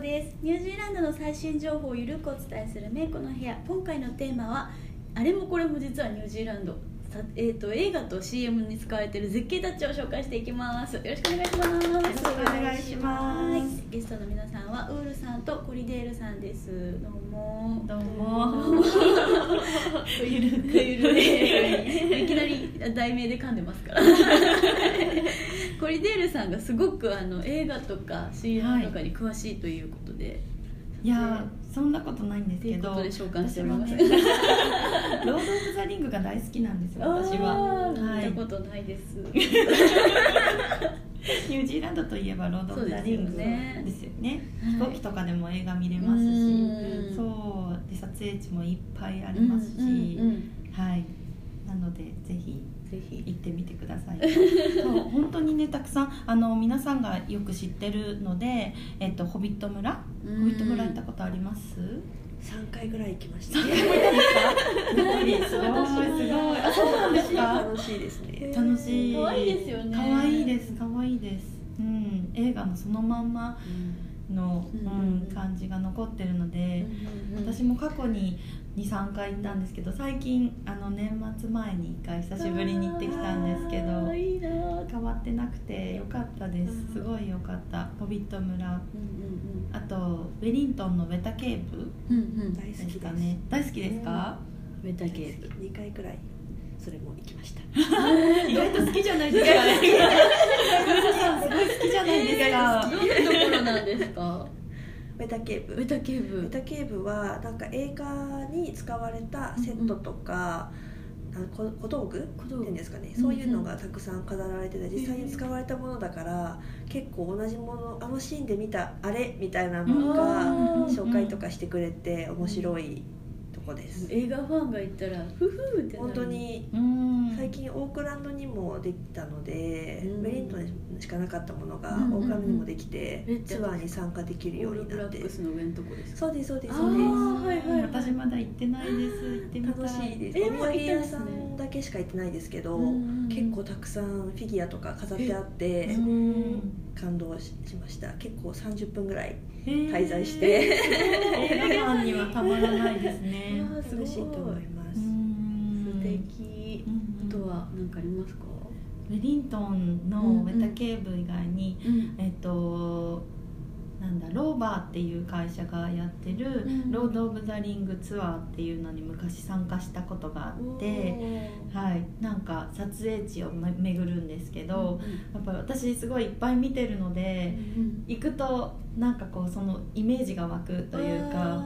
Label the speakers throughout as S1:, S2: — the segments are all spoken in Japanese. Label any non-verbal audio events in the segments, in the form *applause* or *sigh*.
S1: ですニュージーランドの最新情報をゆるくお伝えする「メイコの部屋」今回のテーマはあれもこれも実はニュージーランドさえー、と映画と CM に使われている絶景たちを紹介していきますよろしくお願いしますよろ
S2: しくお願いします
S1: ゲストの皆さんはウールさんとコリデールさんですどうも
S2: どうも。
S1: *laughs*
S2: ゆるく
S1: ゆるいきなり題名で噛んでますから *laughs* コリデールさんがすごくあの映画とか CM とかに詳しいということで、
S2: いやーそんなことないんです
S1: とい
S2: け
S1: うこ
S2: ど
S1: とで召喚しております
S2: 私はねロード・オブ・ザ・リングが大好きなんですよ私は、
S1: あー
S2: は
S1: 見
S2: い
S1: た、ことないです
S2: ニュージーランドといえばロード・オブ・ザ・リングですよね
S1: はい
S2: 飛行機とかでも映画見れますし、
S1: うん
S2: そうで撮影地もいっぱいありますし、
S1: うんうん
S2: はいなのでぜひ
S1: うんぜひ
S2: 行ってみてくだ
S1: *laughs*
S2: さいそう本当にねたくさんあの皆さんがよく知ってるので「えっと、ホビット村」ホビット村行ったことあります
S3: 三回ぐらい行きました。
S2: *laughs*
S3: *laughs* す
S2: すごいすごいあそうなんですか
S3: 楽しいですね。
S2: 楽しい
S1: 可愛いですよね
S2: 可愛いです可愛いですうん映画のそのまんまの、
S1: うん
S2: うん感じが残ってるので、私
S1: も
S2: も過去に23回行ったんですけど最近あの年末前に1回久しぶりに行ってきたんですけど
S1: いいなぁ
S2: 変わってなくてよかったですすごいよかったホビット村
S1: うん
S2: あとウェリントンのウェタケープ
S1: うんうんうん
S3: 大好
S2: で
S3: き
S2: す
S3: で
S2: か
S3: す。
S2: ね大好きですか、
S1: メタケープ
S3: 二回くらいそれも行きました。
S2: 意外と好きじゃないです *laughs* か。意外とさんすごい好きじゃないですか。
S1: どういうところなんですか
S3: メタケーブ。
S1: メタケー
S3: メ
S1: プ
S3: タケーブはなんか映画に使われたセットとか、あの小小道具
S1: 小
S3: っていうんですかね、そういうのがたくさん飾られてて実際に使われたものだから、結構同じものあのシーンで見たあれみたいなのが
S1: うん
S3: 紹介とかしてくれて面白いとこです。
S1: 映画ファンが言ったらフフーってなる
S3: 本当に
S2: うん
S3: 最近オークランドにもできたので、
S1: うん
S3: ウェリントンにしかなかったものがオ
S1: うんうんうん
S3: ークランドにもできて、
S1: めっちゃ
S3: ツアーに参加できる
S1: オー
S3: よう
S1: ル
S3: に
S1: ブ
S3: な
S1: ラ
S3: っ
S1: ッ
S3: て
S1: クスの上のとこです
S3: そうですそうです
S1: あ
S3: そう
S1: ー
S3: で
S1: はいはい
S2: 私まだ行ってないです。行ってみた
S3: す楽しいです、
S1: えー
S3: お土産屋さ
S1: 行きたいですね
S3: んだけしか行ってないですけど、
S1: うんうん
S3: 結構たくさんフィギュアとか飾ってあって
S1: えうん
S3: 感動ししました結構30分ぐらい
S2: 滞
S3: 滞在し。て、
S2: 映画館にはたまらないです
S1: い
S2: ね
S1: や。ーすご
S3: 楽
S1: い
S3: しいと思います、
S2: うん
S1: 素。敵
S2: うん
S1: あとは何かありますか
S2: ウェリントンのメタケーブ以外に、
S1: うん
S2: えっと。なんだローバーっていう会社がやってる
S1: うん
S2: ロード・オブ・ザ・リングツアーっていうのに昔参加したことがあって、はい、なんか撮影地をめ巡るんですけど、やっぱり私すごいいっぱい見てるので行くとなんかこうそのイメージが湧くというか、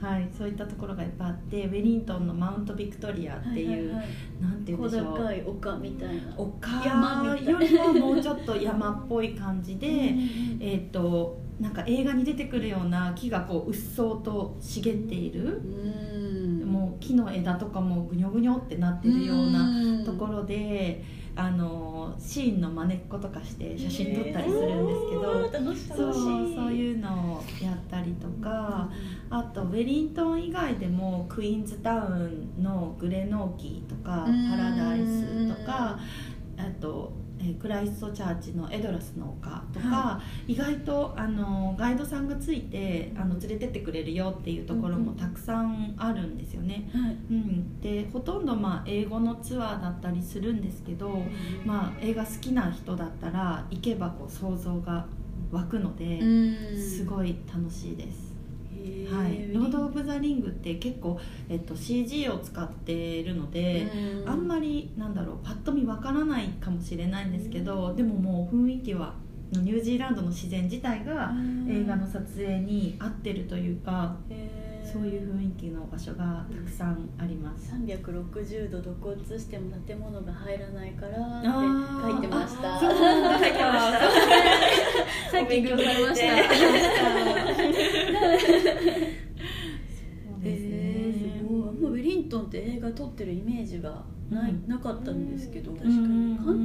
S2: はい、そういったところがいっぱいあってウェリントンのマウントビクトリアっていう、なんて言う
S1: 小
S2: んでしょ
S1: 高
S2: う
S1: い丘みたいな山
S2: 丘
S1: みたい
S2: よりももうちょっと山っぽい感じで、えっとなんか映画に出てくるような木がこううっそうと茂っている、もう木の枝とかもぐにょぐにょってなってるような。ところで、あのシーンの真似っことかして写真撮ったりするんですけど、
S1: 楽し
S2: そうそう
S1: う
S2: いうのをやったりとか、あとウェリントン以外でもクイーンズタウンのグレノーキーとか、
S1: うん
S2: パラダイスとかあと。えークライストチャーチのエドラスの丘とか、
S1: は
S2: 意外とあのガイドさんがついてあの連れてってくれるよっていうところもたくさんあるんですよね。うん、でほとんどまあ英語のツアーだったりするんですけど、まあ、映画好きな人だったら行けばこう想像が湧くので、す
S1: い
S2: ごい楽しいです、はい、ロード・オブ・ザ・リングって結構、えっと、CG を使っているので、あんまりなんだろうパッと見わからないかもしれないんですけど、でももう雰囲気はニュージーランドの自然自体が映画の撮影に合ってるというか、そういう雰囲気の場所がたくさんあります。
S1: 360度どこ映しても建物が入らないからって
S2: あー
S1: 書いてました
S2: そう
S1: *laughs*
S2: なんだ書いてました
S1: さっき勉強されました
S2: そうですね
S1: えー、すごいもうウェリントンって映画撮ってるイメージがない、
S2: うん
S1: なかったんですけど、
S3: うん
S2: 確かに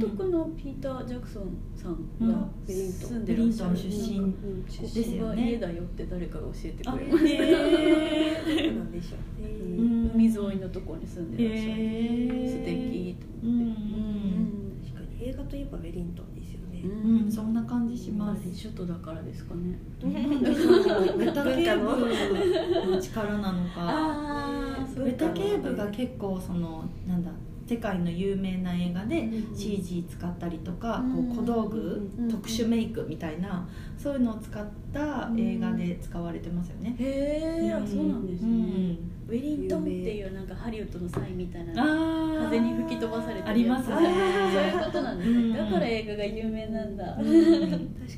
S1: 監督のピーター・ジャクソンさん
S2: うん
S1: が住んで
S2: ウェ
S1: ら
S2: リ
S1: っ
S2: ン
S1: し
S2: ト
S1: ゃ
S2: ン
S1: る
S2: 出身
S3: うん
S1: こ
S2: です
S1: こ
S2: よ
S1: が
S2: ね
S1: 家だよって誰かが教えてくれまし
S2: え
S3: そうなんでしょうね、
S1: た
S2: うん
S1: 海沿いのとこに住んでらっしゃる、
S2: へー
S1: 素敵と
S2: うんう
S1: 思って、
S2: ん
S3: 確かに映画といえばウェリントンですよね
S2: うん、そんな感じします。
S1: 首都だからですかね
S2: メタケーブの力なのか。
S1: あ
S3: ー
S1: そう
S2: メ
S1: か
S2: タケーブが結構そのなんだ世界の有名な映画で
S1: うん
S2: CG 使ったりとか、
S1: うん
S2: こう小道具、
S1: うん
S2: 特殊メイクみたいなそういうのを使った映画で使われてますよね。
S1: へえ、あ
S2: ん
S1: そうなんですね、
S2: うん
S1: ウェリントンっていうなんかハリウッドのサインみたいな
S2: あー
S1: 風に吹き飛ばされて
S2: ありますね
S1: そういうことなんです
S2: う
S1: ね
S2: ん
S1: だから映画が有名なんだ
S2: うん
S3: 確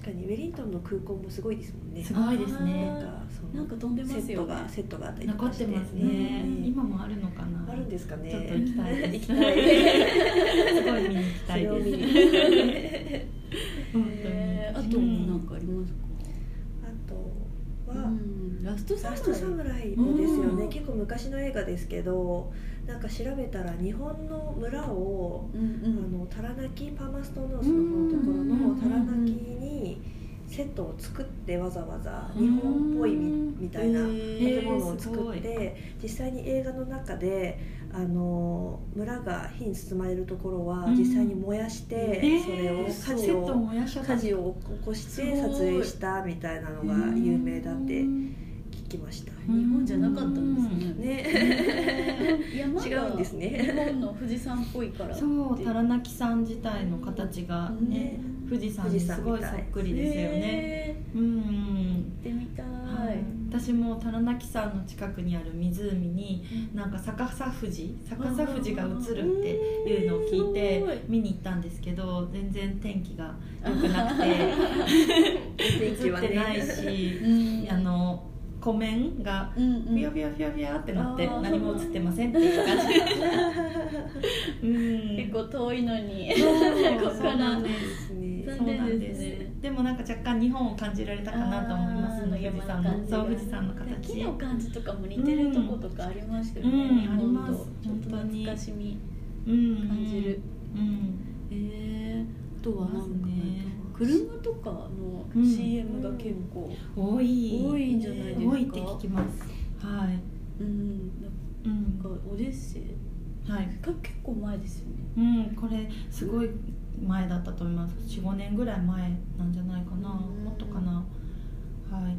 S3: かにウェリントンの空港もすごいですもんね
S2: すごいですね
S3: なんかその
S1: なんか飛んでます
S3: セッ
S1: よ
S3: ト
S1: ね
S3: がセットがあったりと
S2: 残
S3: か
S2: っ
S3: して
S2: てますね、
S3: うん
S2: 今もあるのかな
S3: あるんですかね
S2: ちょっと行きたいです
S3: 行きたい
S2: *laughs* すごい見に行きたい
S3: それを見
S2: です本
S3: に
S2: 当に
S1: へーあとなんかありますか、
S3: あと
S1: う
S3: は、
S1: ん、ラストサ
S3: ラ
S1: ム
S3: ス
S1: ラ
S3: ト
S1: イ
S3: サムライもですよね、
S1: うん
S3: 結構昔の映画ですけどなんか調べたら日本の村を、
S1: うんうん
S3: あのタラナキパーマストノースの方のところ
S2: う
S3: の
S2: ん
S3: タラナキにセットを作ってわざわざ
S2: うん
S3: 日本っぽいみみたいな
S1: へー
S3: 建物を作っ
S2: す
S3: て実際に映画の中であの村が火に包まれるところは
S2: うん
S3: 実際に燃やして
S2: えー
S3: それを火
S2: セ
S3: 事
S2: ット
S3: を
S2: 燃やしちゃった
S3: 火事を起こして撮影したみたいなのが有名だって聞きました。
S1: 日本じゃなかったんですね
S3: ね、
S1: *laughs* 山が
S3: 違うんですね
S1: 日本の富士山っぽいから
S2: そうタラナキさん自体の形がね、
S1: うん
S2: 富士山にすごいそっくりですよね、
S1: へ
S2: うんうん
S1: ー行ってみたい、
S2: 私もタラナキさんの近くにある湖になんか逆さ富士逆さ富士が映るっていうのを聞いて
S1: うんすごい
S2: 見に行ったんですけど全然天気が良くなく
S3: *laughs*
S2: て映
S3: 天気
S2: っ
S3: は
S2: てない
S3: ね。
S2: し
S1: うん
S2: あの湖面が
S1: うんうん
S2: ビヨビヨビヨビヨってなって
S1: あー
S2: 何も映ってませんっていう感じうん
S1: 結 *laughs* 構遠いのに
S2: そう
S1: こ
S2: そ
S1: こ
S2: う
S1: から
S2: なんです
S3: ですね
S1: 残
S2: そうな
S1: 念
S2: ん
S1: で
S2: ですす
S1: ね
S2: でもなんか若干日本を感じられたかなと思います
S1: あー
S2: 富士山
S1: 山感
S2: の
S1: じ
S2: そ
S1: が
S2: う富士山の
S1: 木
S2: 形
S1: の感じとかも似てるとことかありますよね、
S2: うんうん
S1: 日本と
S2: あります
S1: ちょっと
S2: 本当に
S1: 懐かしみ
S2: 感
S1: 感じる、
S2: うん
S1: えー、あとはなんか、
S2: ますね
S1: 車とかの
S2: うん
S1: CM が結構、
S2: 多い
S1: 多いんじゃないですか
S2: 多いって聞きますはい
S1: うん
S2: う
S1: なん
S2: ん
S1: かオデッセイ
S2: はい
S1: が結構前ですよね
S2: うんこれすごい前だったと思います45年ぐらい前なんじゃないかな
S1: うん
S2: もっとかなはい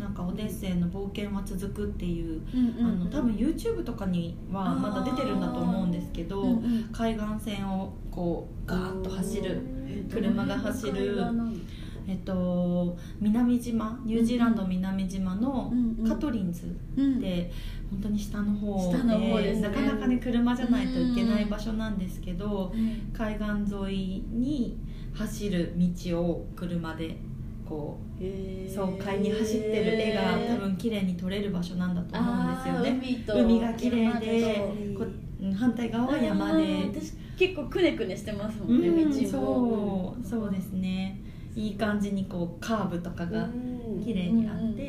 S2: なんか「オデッセイの冒険は続く」っていうあの多分 YouTube とかにはまだ出てるんだと思うんですけど海岸線をこうガーッと走る車が走るえっと南島ニュージーランド南島のカト
S1: リ
S2: リンズ
S1: ン
S2: で本当に下の方で
S1: 下の方ですね
S2: なかなかね車じゃないといけない場所なんですけど海岸沿いに走る道を車でこう爽快に走ってる絵が多分綺麗に撮れる場所なんだと思うんですよね。
S1: 海と
S2: 海が綺麗で
S1: 山と
S2: こうん反対側は山で
S1: あー私結構くねくねしてますも
S2: うん
S1: ね道
S2: ん
S1: も
S2: そうそうですねいい感じにこうカーブとかが綺麗にあって、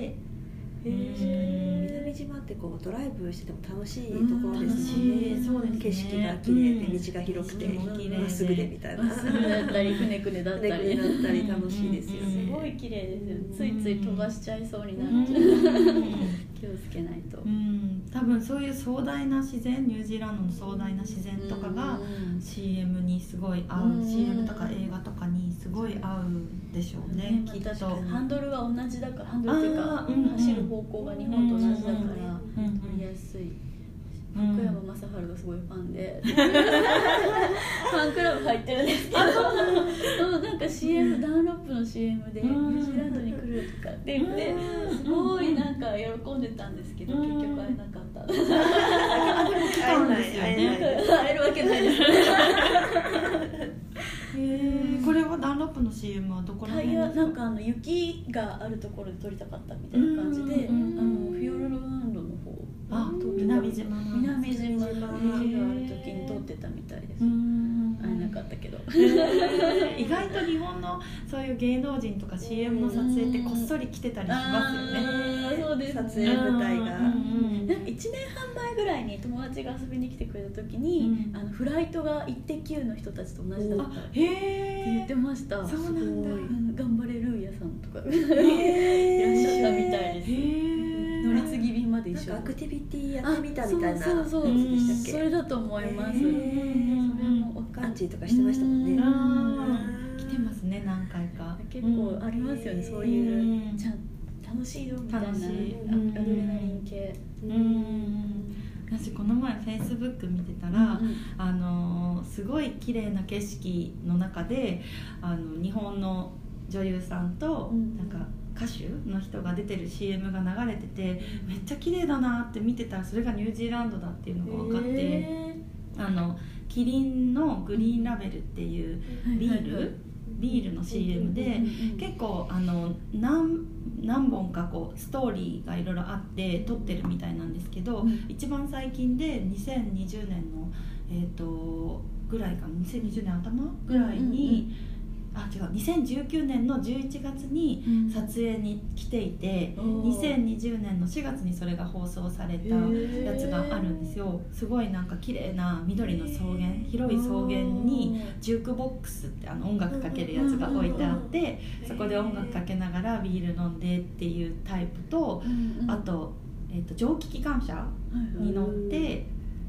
S1: へ
S2: うん
S1: ー
S3: 南島ってこうドライブしてても楽しいところ
S1: うん
S3: ですもんね。
S1: 楽しいそうですね
S3: 景色が綺麗
S2: う
S3: で
S2: ん
S3: 道が広くて
S1: 景色も綺麗で
S3: まっすぐでみたいな。
S1: まっすぐだったりくねくねだった
S3: で
S1: り
S3: にな
S1: す
S3: ったり楽しいですよ
S2: うん
S3: ね。
S1: ごい綺麗ですよねついつい飛ばしちゃいそうに
S2: う
S1: なっちゃう、
S2: ん
S1: 気をつけないと
S2: うん多分そういう壮大な自然ニュージーランドの壮大な自然とかが
S1: うん
S2: CM にすごい合う、
S1: うん
S2: CM とか映画とかにすごい合うでしょう
S1: ね
S2: ね、きっ
S1: まあ
S2: と、
S1: 確かにハンドルは同じだからハンドルっていうか
S2: あーうんうん
S1: 走る方向が日本と同じだから
S2: うんうんうん
S1: 取りやすい
S2: うん
S1: 福山雅治がすごいファンでファンクラブ入ってるんですけどそうなんか CM ダンロップの CM でニ
S2: うん
S1: ュージーランドに来るとかって言って
S2: うん
S1: すごいなんか喜んでたんですけど
S2: うん
S1: 結局会えなかった
S3: 会えない会えない。
S1: 会えるわけ
S2: *laughs*
S1: ないです
S2: へーこれはダンロップの CM はどこら
S1: タ
S2: 辺
S1: イヤ
S2: です
S1: なんかあの雪があるところで撮りたかったみたいな感じで、
S2: うん
S1: あのフィヨルランドの方
S2: あ
S1: と
S2: 南島の
S1: 南島の雪がある時に撮ってたみたいです、会えなかったけど、
S2: *laughs* 意外と日本のそういう芸能人とか CM の撮影ってこっそり来てたりしますよね。
S1: あーそうですね
S3: 撮影舞台が
S2: うんうん
S1: なんか1年半前ぐらいに友達が遊びに来てくれた時に、
S2: うん
S1: あのフライトが「イッテ Q!」の人たちと同じだったって
S2: あへ
S1: 言っ
S2: え
S1: て。ました、
S2: そうなんだ。
S3: すごい
S1: うん頑張れルーヤさんとかいらっ
S3: へ
S1: しゃったみたいです
S2: へえ。
S1: 乗り継ぎ便まで
S3: なん
S1: 一緒
S3: かアクティビティや
S1: あ
S3: ってみたみたいな
S1: そうそうそう
S2: やつでした
S3: っけ
S1: それだと思います、
S3: へー
S1: それも
S3: ガンジーとかしてましたもんね。
S1: うん
S2: あー来てますますね何回か
S1: 結構ありますよね、
S3: うん
S1: そういう、
S2: うん
S1: ちゃん楽しいよみたいな
S2: 楽しい
S1: あ
S2: うん
S1: アドレナリン系
S2: うんうん私この前フェイスブック見てたら、あのーすごい綺麗な景色の中であの日本の女優さんと
S1: うん
S2: なんか歌手の人が出てる CM が流れててめっちゃ綺麗だなって見てたらそれがニュージーランドだっていうのが分かって、
S1: へ
S2: あのキリンのグリーンラベルっていう
S1: ー
S2: ビー
S1: は
S2: ル、
S1: いはいはい
S2: ビールの CM で、
S1: うん
S2: 結構あの何何本かこうストーリーがいろいろあって撮ってるみたいなんですけど、
S1: うん
S2: 一番最近で2020年のえっ、とぐらいかな2020年頭ぐらいに、あ違う2019年の11月に
S1: うん
S2: 撮影に来ていて、
S1: おー
S2: 2020年の4月にそれが放送された
S1: へー
S2: やつがあるんですよすごいなんか綺麗な緑の草原広い草原にジュークボックスってあの音楽かけるやつが置いてあって
S1: うん
S2: そこで音楽かけながらビール飲んでっていうタイプと
S1: うんうん
S2: あと,、えっと蒸気機関車
S1: はいはい
S2: に乗って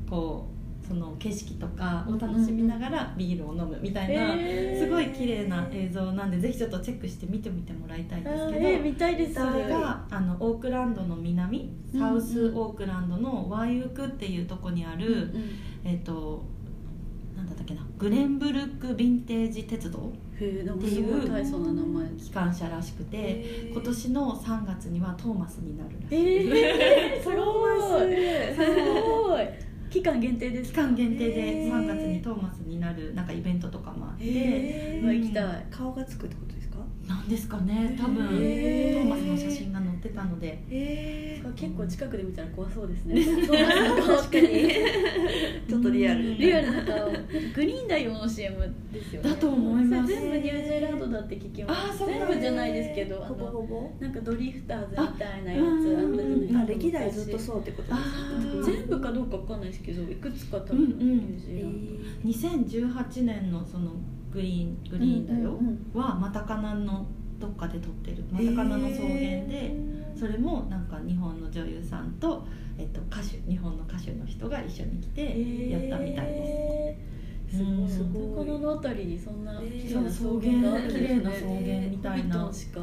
S2: こうその景色とかを楽しみながらビールを飲むみたいな
S1: へー
S2: すごい綺麗な映像なんでぜひちょっとチェックして見てみてもらいたいん
S1: あ
S2: です
S1: ー
S2: け
S1: えー
S2: ど。
S1: 見たいです
S2: それ
S1: それ
S2: があのオークランドの南
S1: うん
S2: サウスオークランドのワイウクっていうとこにある、
S1: うん
S2: えっ、となんだったっけなグレンブルックヴィンテージ鉄道
S1: へえなんかすごい大層な名前
S2: 機関車らしくて今年の3月にはトーマスになるらしい
S1: えー、す
S3: ご
S1: ごいすごい期間限定です
S2: 期
S1: か
S2: 間限定で
S3: へー
S2: 3月にトーマスになるなんかイベントとかもあって、
S3: へ
S1: うわ
S3: *laughs*
S1: 行きたい
S3: 顔がつくってことですか
S2: なんですかね多分、
S1: へー
S2: トーマスの写真が載ってたので
S3: え
S1: 結構近くで見たら怖そうですねそう
S3: 確かにちょっとリアル
S2: うん
S1: リアルな顔グリーンダイオンの CM ですよね
S2: だと思います
S1: それ全部ニュージーランドだって聞きま
S2: あー
S1: す
S2: そうなんだ
S1: 全部じゃないですけどあ
S3: ほぼ
S1: の
S3: ほぼ
S1: なんかドリフターズみたいなやつ
S2: あ
S1: あったじゃ
S2: うん
S1: な
S2: うん
S1: いです
S2: うん
S1: か
S3: あ歴代ずっとそうってことですか
S2: あー
S1: 全部かどうかわかんないですけどいくつか多
S2: うん
S1: 分
S2: うん
S1: ニュージ
S3: え
S1: ーラン
S3: ー
S2: 2018年のそのグリーング
S1: ド
S2: リーンだよ、
S1: うんうん
S2: はマタカナンのどっかで撮ってるマタカナンの草原で、それもなんか日本の女優さんと、えっと、歌手日本の歌手の人が一緒に来てやったみたいです、
S1: すごい
S2: す
S3: ごい
S1: 高野のあたりにそんな
S3: えー
S1: 綺麗な草原があるんですね
S2: 綺麗な草原みたいな
S1: ホビットしか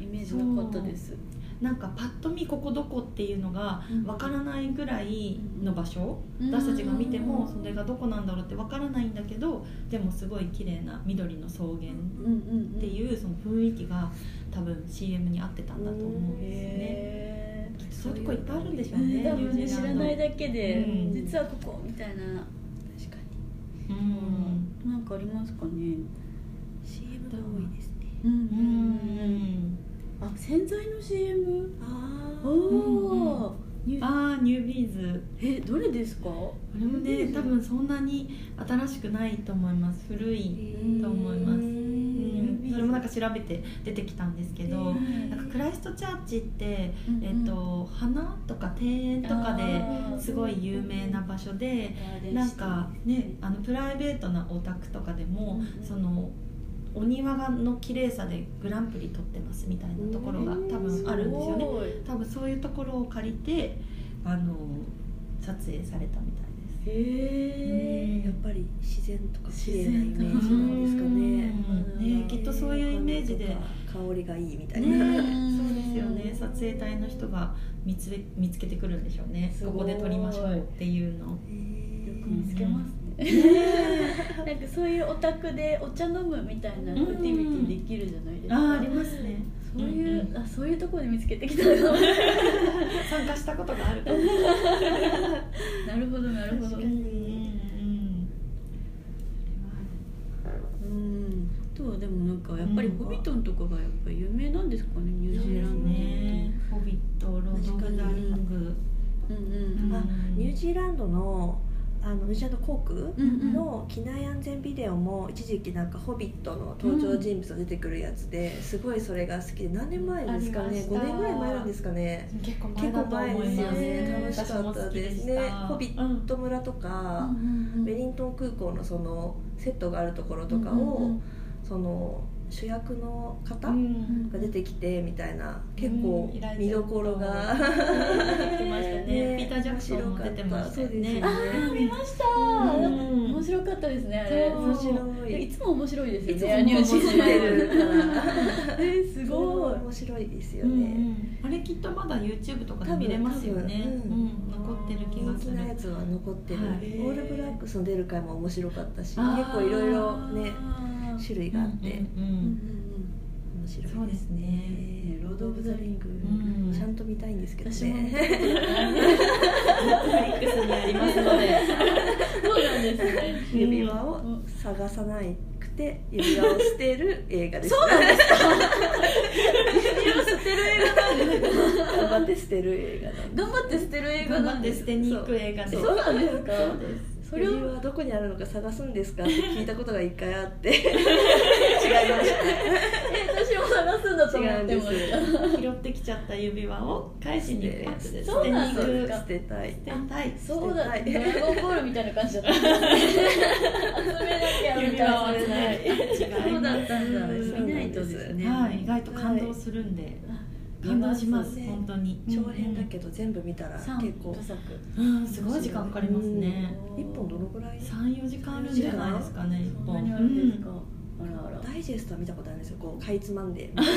S1: イメージなかったです
S2: なんかパッと見ここどこっていうのが
S1: うん
S2: わからないぐらいの場所、
S1: うん
S2: 私たちが見て
S1: う
S2: も
S1: ん
S2: それがどこなんだろうってわからないんだけどでもすごい綺麗な緑の草原
S1: うんうんうん
S2: っていうその雰囲気が多分 CM に合ってたんだと思うんですよね、
S1: へー
S2: そういうとこいっぱいあるんでしょうね、
S1: ね多
S2: ニュー
S1: 分
S2: ジ
S1: ね知
S2: ーラ
S1: ら
S2: ンド
S1: ないだけで
S2: うん
S1: 実はここみたいな
S3: 確かに
S2: うん
S1: なんかありますかね
S3: CM が多いですね
S1: う
S2: うんん
S1: あ洗剤の CM
S3: あ
S1: お
S3: ー
S1: おーニュー
S2: あーニュービーズ
S1: えどれですか
S2: これもね多分そんなに新しくないと思います古い、と思います
S3: う
S2: うん
S3: ん
S2: それもなんか調べて出てきたんですけど、なんかクライストチャーチって、えっと花とか庭園とかですごい有名な場所でなんかねあのプライベートなお宅とかでも、
S1: うん
S2: そのお庭がの綺麗さでグランプリ取ってますみたいなところが多分あるんですよね
S1: ね
S2: 多分そういうところを借りてあの撮影されたみたいです
S1: へえ
S3: やっぱり自然とか綺麗なイメージなんですかね
S2: うんねきっとそういうイメージで
S3: 花とか香りがいいみたいな、
S2: ね
S1: うん
S2: *laughs* そうですよね撮影隊の人が見つめ見つけてくるんでしょうね
S1: す
S2: こ
S1: ごい
S2: こで撮りましょうっていうのを
S3: えー
S1: よく見つけますね、 *laughs* なんかそういうお宅でお茶飲むみたいなアクティビティできるじゃないですか、
S2: あーありますね
S1: そういう、
S2: う
S3: *laughs*
S2: ん
S1: あそういうところで見つけてきた
S2: *laughs*
S1: のな
S2: 参加したことがあるから
S1: るほどなるほど
S2: うんうん
S1: うんあとはでもなんかやっぱり
S2: うん
S1: ホビトンとかがやっぱり有名なんですかねニュージーランド
S2: ねホビットロード・オブ・ザ・リング
S1: でうんうん
S3: あ
S1: あ
S3: ニュージーランドのあのニュージーランド航空
S1: うんうん
S3: の機内安全ビデオも一時期なんか「ホビット」の登場人物が出てくるやつですごいそれが好きで何年前ですか
S1: あり
S3: ね
S1: ました
S3: 5年ぐらい前なんですかね
S2: 結構
S3: 結構前ですよね楽
S1: 前
S3: しかったですね「ホビット村」とか、
S1: うんうんうん
S3: ウェリントン空港のそのセットがあるところとかを、
S1: うんうんうん
S3: その主役の方
S2: う
S3: が
S2: ん
S3: 出てきてみたいな結
S2: う
S3: 構
S2: ん依頼者
S3: 見どころが
S2: 出てきましたねピーター・ジャクソンも出てましたよ
S3: 面
S2: ね
S3: 白かったそう
S1: あ
S3: ですよね
S1: 見ました、
S2: うん
S1: 面白かったですねあれ
S2: そう
S3: 面白い
S1: いつも面白いですよ
S3: いつも
S1: ね
S3: 面白い
S1: ニ
S3: て
S1: ュージー
S3: るか
S1: ラン
S3: ら
S1: ドね *laughs* す
S3: それも
S1: ごい
S3: 面白いですよ
S2: うんう
S3: ね、
S2: んあれきっとまだ YouTube とかで見れますよね、
S3: 多
S2: う
S3: 分
S2: ん、残ってる気が
S3: 人
S2: す
S3: 気
S2: る
S3: なやつは残ってる、
S2: はい
S3: オールブラックスの出る回も面白かったし
S2: あー
S3: 結構いろいろね
S1: あー
S3: 種類があって、
S2: うんうん
S1: うんう
S2: うん
S1: ん
S3: 面白い
S2: そうですね
S3: ねロード・オブ・ザ・リング、
S2: うん
S3: ちゃんと見たいんですけど
S1: 私も見た
S3: ね
S2: Netflix にありま
S1: そ
S2: すので
S1: うなんですね
S3: 指輪を探さなくて指輪を捨てる映画ですそうなんですか指輪を捨てる映画なんです頑張って捨てる映画なんで
S1: 頑張って捨てる映画
S2: 頑張
S1: な
S2: っ
S1: んで
S2: て
S1: す
S2: 捨てに行く映画です
S1: そうなんですか
S2: そうです
S3: す
S1: それ
S3: 指輪
S1: を
S3: はどこにあるのか探すんですかって聞いたことが一回あって
S1: *laughs*
S3: 違いまし
S1: 私を探すんだと
S3: た
S1: 思
S3: 違う
S1: っ
S3: ん
S1: て
S3: で
S1: ました
S3: す
S2: 拾ってきちゃった指輪を返しに行くやつです
S1: そうなん
S2: 捨てに行
S1: です
S2: く
S1: か
S3: 捨てたい
S2: 捨てたい
S1: そうだ、
S3: はい
S1: ドラゴンボールみたいな感じだ *laughs* った。集めなきゃみ
S2: 指
S1: たい
S2: 輪を
S1: な。*laughs*
S2: 集め
S1: そ
S2: る
S1: うだったんだ。
S2: うん
S1: 見ないとですね。
S2: はい、意外と感動するんで、
S1: あ
S2: 感動します
S3: 見ます
S2: 本当に
S3: 長編だけど全部見たら
S1: 三
S3: 結
S1: 部
S3: 構
S1: 作。
S2: うん、うんすごい時間かかりますね
S3: 一本どのくらい
S2: 三四時間あるんじゃないですかね一
S1: そんな
S2: 本
S1: にあるんですか。あらあら。
S3: ダイジェストは見たことあるんですよこうかいつ
S1: *laughs*
S3: まんでマジ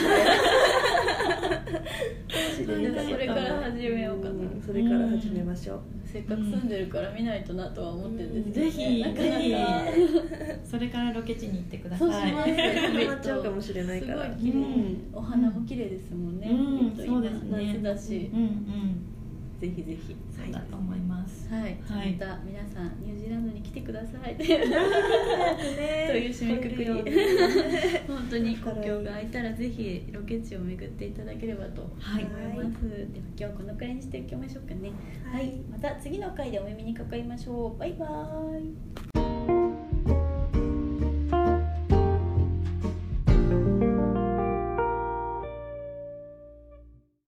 S3: で見たことある
S1: それから始めようかなん
S3: それから始めましょう
S1: せっかく住んでるから見ないとなとは思ってるんですけど
S2: ぜひ
S1: ね。
S2: ぜひ
S1: なかなか
S2: それからロケ地に行ってくだ
S1: そうし
S2: さい
S1: ます。
S3: ハマっちゃうかもしれないから
S1: すごい綺
S2: う
S1: 麗
S2: ん。
S1: お花も綺麗ですもんね。
S2: うん
S1: きっと
S2: そうですね
S1: 今夏だし
S2: う、んうん
S1: ぜひぜひ。
S2: そうだと思います
S1: はい、
S2: はい
S1: また皆さんニュージーランドに来てください。 *laughs* と
S3: ね
S1: いう締めくくり
S3: これ
S1: 本当に国境が空いたらぜひロケ地を巡っていただければと思いま
S2: はい
S1: す、では今日はこのくらいにしておきましょうかね
S3: *laughs* は
S1: はいい、また次の回でお耳にかかりましょうバイバーイ